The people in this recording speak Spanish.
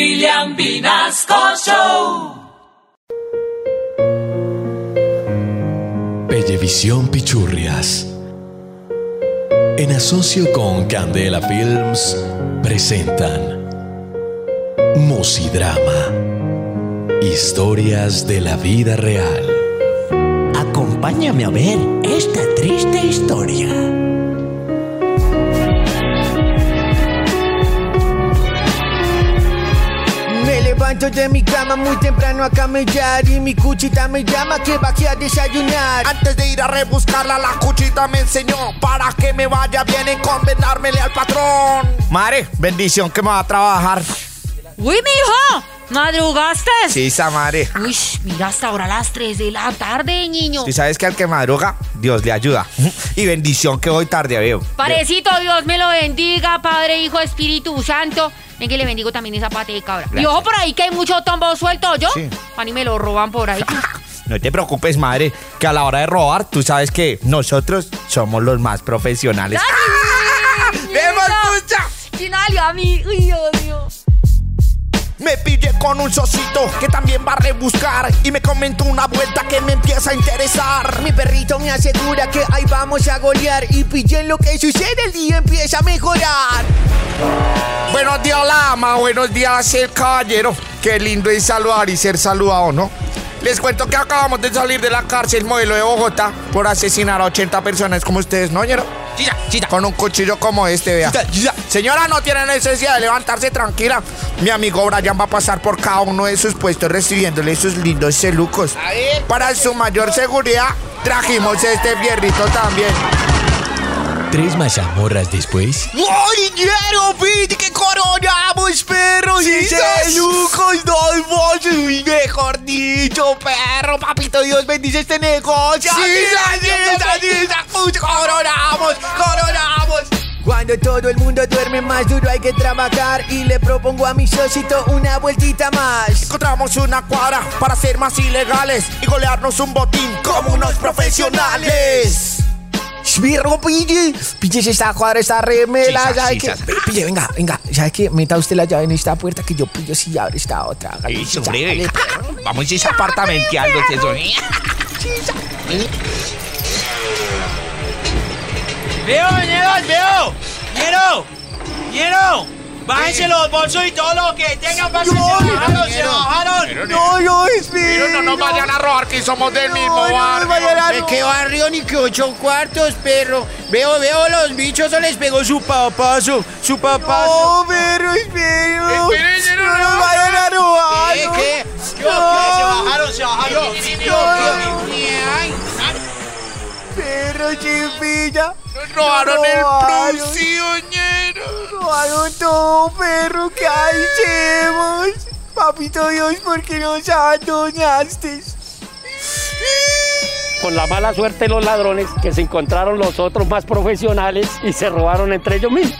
William Vinasco Show. Pellevisión Pichurrias. En asocio con Candela Films, presentan Musidrama. Historias de la vida real. Acompáñame a ver esta triste historia. Me levanto de mi cama muy temprano a camellar y mi cuchita me llama que baje a desayunar. Antes de ir a rebuscarla, la cuchita me enseñó para que me vaya bien y convendármele al patrón. Mare, bendición que me va a trabajar. ¡Uy, mijo! ¿Madrugaste? Sí, Samare. Uy, mira, hasta ahora las 3 de la tarde, niño. Tú sabes que al que madruga, Dios le ayuda. Y bendición que hoy tarde veo. Parecito, Dios me lo bendiga, Padre, Hijo, Espíritu Santo. Ven que le bendigo también esa pata de cabra. Y Gracias. ojo por ahí que hay mucho tombo suelto, ¿yo? Sí. A mí me lo roban por ahí. No te preocupes, madre, que a la hora de robar, tú sabes que nosotros somos los más profesionales. ¡Vemos, cucha! Chinalio a mí! ¡Uy, Dios mío! Me pillé con un socito que también va a rebuscar y me comentó una vuelta que me empieza a interesar. Mi perrito me asegura que ahí vamos a golear y pillé lo que sucede el día empieza a mejorar. Buenos días, Lama. Buenos días, el caballero. Qué lindo es saludar y ser saludado, ¿no? Les cuento que acabamos de salir de la cárcel modelo de Bogotá por asesinar a 80 personas como ustedes, ¿no, ñero? Con un cuchillo como este, vea. Señora, no tiene necesidad de levantarse tranquila. Mi amigo Brian va a pasar por cada uno de sus puestos recibiéndole sus lindos celucos. Para su mayor seguridad, trajimos este fierrito también. Tres mazamorras después, ¡Ay, quiero, Pete! ¡Que coronamos, perros! ¡Y celucos, dos voces! ¡Uy, mejor dicho, perro! ¡Papito Dios bendice este negocio! ¡Sí, sí, sí, sí! ¡Coronamos, coronamos! Cuando todo el mundo duerme más duro hay que trabajar y le propongo a mi socito una vueltita más. Encontramos una cuadra para ser más ilegales y golearnos un botín como unos profesionales. Esbirro, pille. Pille, si esta cuadra está remela. Sí, sa, ¿sabe sí, qué? sa. Ve, Pille, venga, venga. ¿Sabe qué? Meta usted la llave en esta puerta que yo pillo si abre esta otra. Hágale, Eso, sa, breve. hágale, perro. Vamos a ese apartamenteando eso. ¡Veo, ñeros, veo! ¡Ñero! ¡Ñero! ¡Bájense los bolsos y todo lo que tengan! Ah, parce, ¡Se bajaron, se bajaron! No, no, es No nos vayan a robar que somos del mismo no, no, vayan a barrio. robar. ¿Qué barrio ni que ocho cuartos, perro! ¡Veo, veo los bichos! ¡O les pegó su papazo! ¡Su papazo! No, perro, espero. Espere, señor, No nos no. vayan a robar. ¿Qué, no. qué? ¿Qué, qué? ¡Se No. bajaron, se bajaron! No. Perro, chipilla. Robaron Robaron. el prisionero. Robaron todo, perro. ¿Qué hacemos? Papito Dios, ¿por qué nos abandonaste? Con la mala suerte los ladrones que se encontraron los otros más profesionales y se robaron entre ellos mismos.